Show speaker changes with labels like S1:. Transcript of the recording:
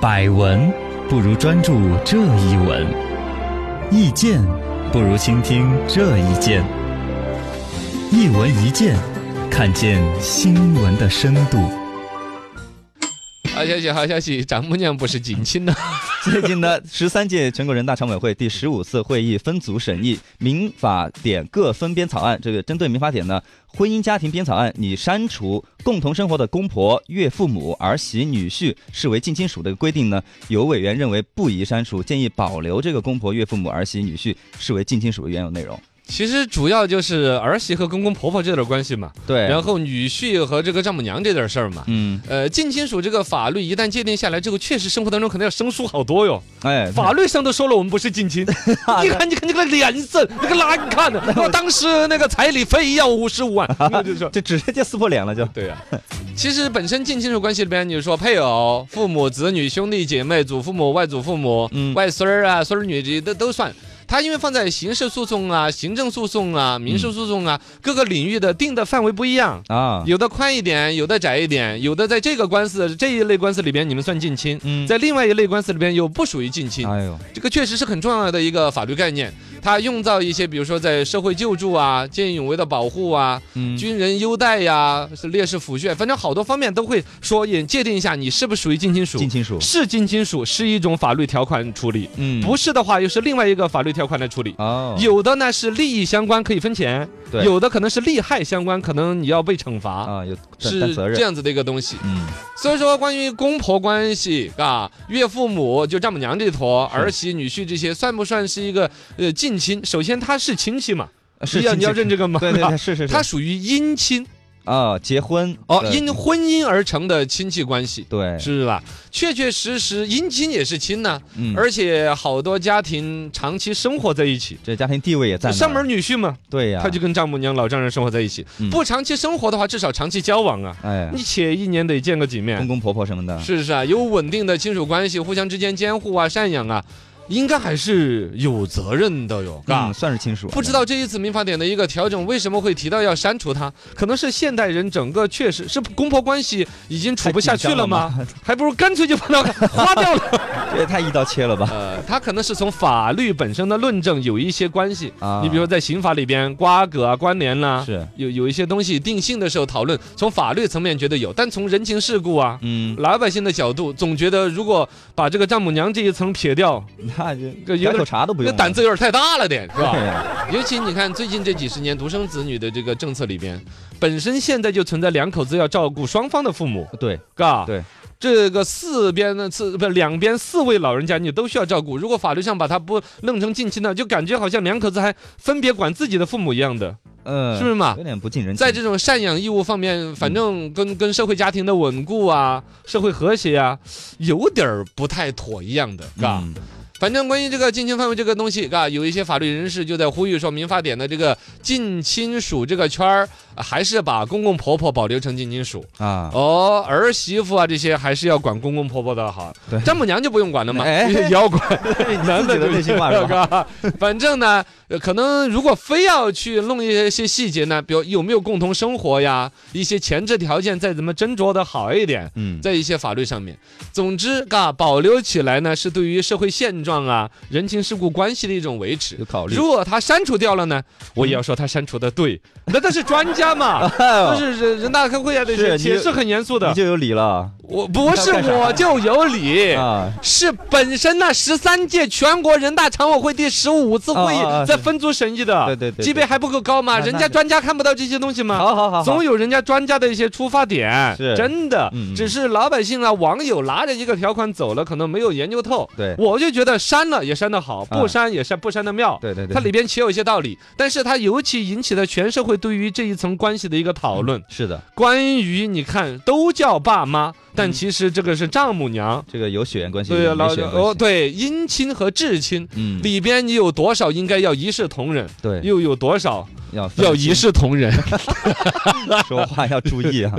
S1: 百闻不如专注这一闻，意见不如倾听这一见。一闻一见，看见新闻的深度。
S2: 好消息，好消息，丈母娘不是近亲了。
S1: 最近呢，十三届全国人大常委会第十五次会议分组审议《民法典》各分编草案。这个针对《民法典》呢，婚姻家庭编草案拟删除共同生活的公婆、岳父母、儿媳、女婿视为近亲属的规定呢，有委员认为不宜删除，建议保留这个公婆、岳父母、儿媳、女婿视为近亲属的原有内容。
S2: 其实主要就是儿媳和公公婆婆这点关系嘛，
S1: 对，
S2: 然后女婿和这个丈母娘这点事儿嘛。
S1: 嗯，
S2: 呃，近亲属这个法律一旦界定下来之后，确实生活当中可能要生疏好多哟。
S1: 哎，
S2: 法律上都说了我们不是近亲，你看你看这个脸色，那个难看的，我当时那个彩礼非要五十五万，没有就是说
S1: 这直接撕破脸了就。
S2: 对呀、其实本身近亲属关系里边，你说配偶、父母、子女、兄弟姐妹、祖父母、外祖父母、
S1: 嗯
S2: 外孙儿啊、孙儿女这都都算。他因为放在刑事诉讼啊、行政诉讼啊、民事诉讼啊、各个领域的定的范围不一样，
S1: 啊，
S2: 有的宽一点，有的窄一点，有的在这个官司这一类官司里边你们算近亲，
S1: 嗯
S2: 在另外一类官司里边又不属于近亲。
S1: 哎呦，
S2: 这个确实是很重要的一个法律概念，它用到一些比如说在社会救助啊、见义勇为的保护啊、
S1: 嗯，
S2: 军人优待呀、是烈士抚恤，反正好多方面都会说也界定一下你是不是属于近亲属。
S1: 近亲属，
S2: 是近亲属是一种法律条款处理，
S1: 嗯，
S2: 不是的话又是另外一个法律条款来处理。
S1: 哦，
S2: 有的呢是利益相关可以分钱，
S1: 对
S2: 有的可能是利害相关，可能你要被惩罚。
S1: 啊，有担担
S2: 是
S1: 责
S2: 这
S1: 任，
S2: 样子的一个东西，
S1: 嗯，
S2: 所以说关于公婆关系啊，岳父母就丈母娘这坨，
S1: 是
S2: 儿媳女婿这些，算不算是一个呃近亲？首先他是亲戚嘛，
S1: 是
S2: 你要
S1: 亲
S2: 你要
S1: 戚
S2: 认这个吗？
S1: 对对对，是是是，
S2: 他属于姻亲，
S1: 啊，结婚
S2: 哦，
S1: 呃
S2: 因婚姻而成的亲戚关系。
S1: 对，
S2: 是吧？确确实实，姻亲也是亲呐、
S1: 嗯，
S2: 而且好多家庭长期生活在一起，
S1: 这家庭地位也在那儿
S2: 上门女婿嘛，
S1: 对呀，
S2: 他就跟丈母娘、老丈人生活在一起
S1: 嗯。
S2: 不长期生活的话，至少长期交往啊，
S1: 哎，
S2: 你且一年得见个几
S1: 公
S2: 面，
S1: 公婆婆什么的，
S2: 是不是啊？有稳定的亲属关系，互相之间监护啊、赡养啊，应该还是有责任的哟，嘎
S1: 嗯，。算是亲属，
S2: 不知道这一次民法典的一个调整为什么会提到要删除它？可能是现代人整个确实是公婆关系已经处不下去了吗？还不如干脆就把它花掉 了。
S1: 这也太一刀切了吧？
S2: 呃，它可能是从法律本身的论证有一些关系。
S1: 啊，
S2: 呃你比如说在刑法里边瓜葛啊、关联啦、
S1: 是，
S2: 有有一些东西定性的时候讨论，从法律层面觉得有，但从人情世故啊。
S1: 嗯，
S2: 老百姓的角度总觉得，如果把这个丈母娘这一层撇掉，
S1: 那就
S2: 这有
S1: 改
S2: 点
S1: 口茶都不
S2: 这
S1: 用了，
S2: 胆子有点太大了点，是吧？
S1: 对呀，
S2: 尤其你看最近这几十年独生子女的这个政策里边，本身现在就存在两口子要照顾双方的父母，
S1: 对，
S2: 嘎，
S1: 对，
S2: 这个四边的四不两边四位老人家你都需要照顾，如果法律上把他不弄成近亲呢，就感觉好像两口子还分别管自己的父母一样的，
S1: 嗯，
S2: 是不是嘛？
S1: 有点不近人情？
S2: 在这种赡养义务方
S1: 嗯
S2: 面，反正跟跟社会家庭的稳固啊、社会和谐啊，有点儿不太妥一样的，嘎。
S1: 嗯
S2: 反正关于这个近亲范围这个东西，嘎，有一些法律人士就在呼吁说，民法典的这个近亲属这个圈儿，啊还是把公公婆婆保留成近亲属，
S1: 啊，
S2: 哦，儿媳妇啊这些还是要管公公婆婆的好
S1: 对，
S2: 丈母娘就不用管了嘛，
S1: 哎
S2: 也要管，
S1: 你
S2: 男
S1: 自己
S2: 的
S1: 的
S2: 就
S1: 内心话是 吧？
S2: 吧？反正呢，呃可能如果非要去弄一些细节呢，比如有没有共同生活呀，一些前置条件再怎么斟酌的好一点，
S1: 嗯，
S2: 在一些法律上面。总之，嘎保留起来呢，是对于社会现状啊、人情世故关系的一种维持
S1: 有。考虑，
S2: 如，果他删除掉了呢，我也要说他删除的对，那他是专家嘛
S1: 哎
S2: 就是
S1: 呦
S2: 人人大开会啊这
S1: 是
S2: 些
S1: 你
S2: 解释很严肃
S1: 你
S2: 的。
S1: 就有理了
S2: 我不是
S1: 你要干啥
S2: 我就有理。
S1: 啊，
S2: 是本身呢，十三届全国人大常委会第十五次会
S1: 啊啊啊
S2: 议在分组审议的，
S1: 对对对对
S2: 级别还不够高吗？
S1: 那
S2: 人
S1: 那
S2: 家专家看不到这些东西吗？
S1: 好好好，好
S2: 总有人家专家的一些出发点，
S1: 是
S2: 真的
S1: 嗯嗯。
S2: 只是老百姓啊，网友拿着一个条款走了，可能没有研究透。
S1: 对
S2: 我就觉得删了也删得好，
S1: 嗯
S2: 不删也删不删得妙。
S1: 对对对，
S2: 它里边且有一些道理，但是它尤其引起了全社会对于这一层关系的一个讨论。
S1: 是的，
S2: 关于你看，都叫爸妈，但
S1: 嗯
S2: 其实这个是丈母娘。
S1: 这个有血缘关系，
S2: 对啊，
S1: 没
S2: 老
S1: 血缘关系
S2: 哦，，对，姻亲和至亲
S1: 嗯，
S2: 里边，你有多少应该要一视同仁，
S1: 对，
S2: 又有多少
S1: 要分
S2: 要
S1: 清
S2: 一视同仁。
S1: 说话要注意啊。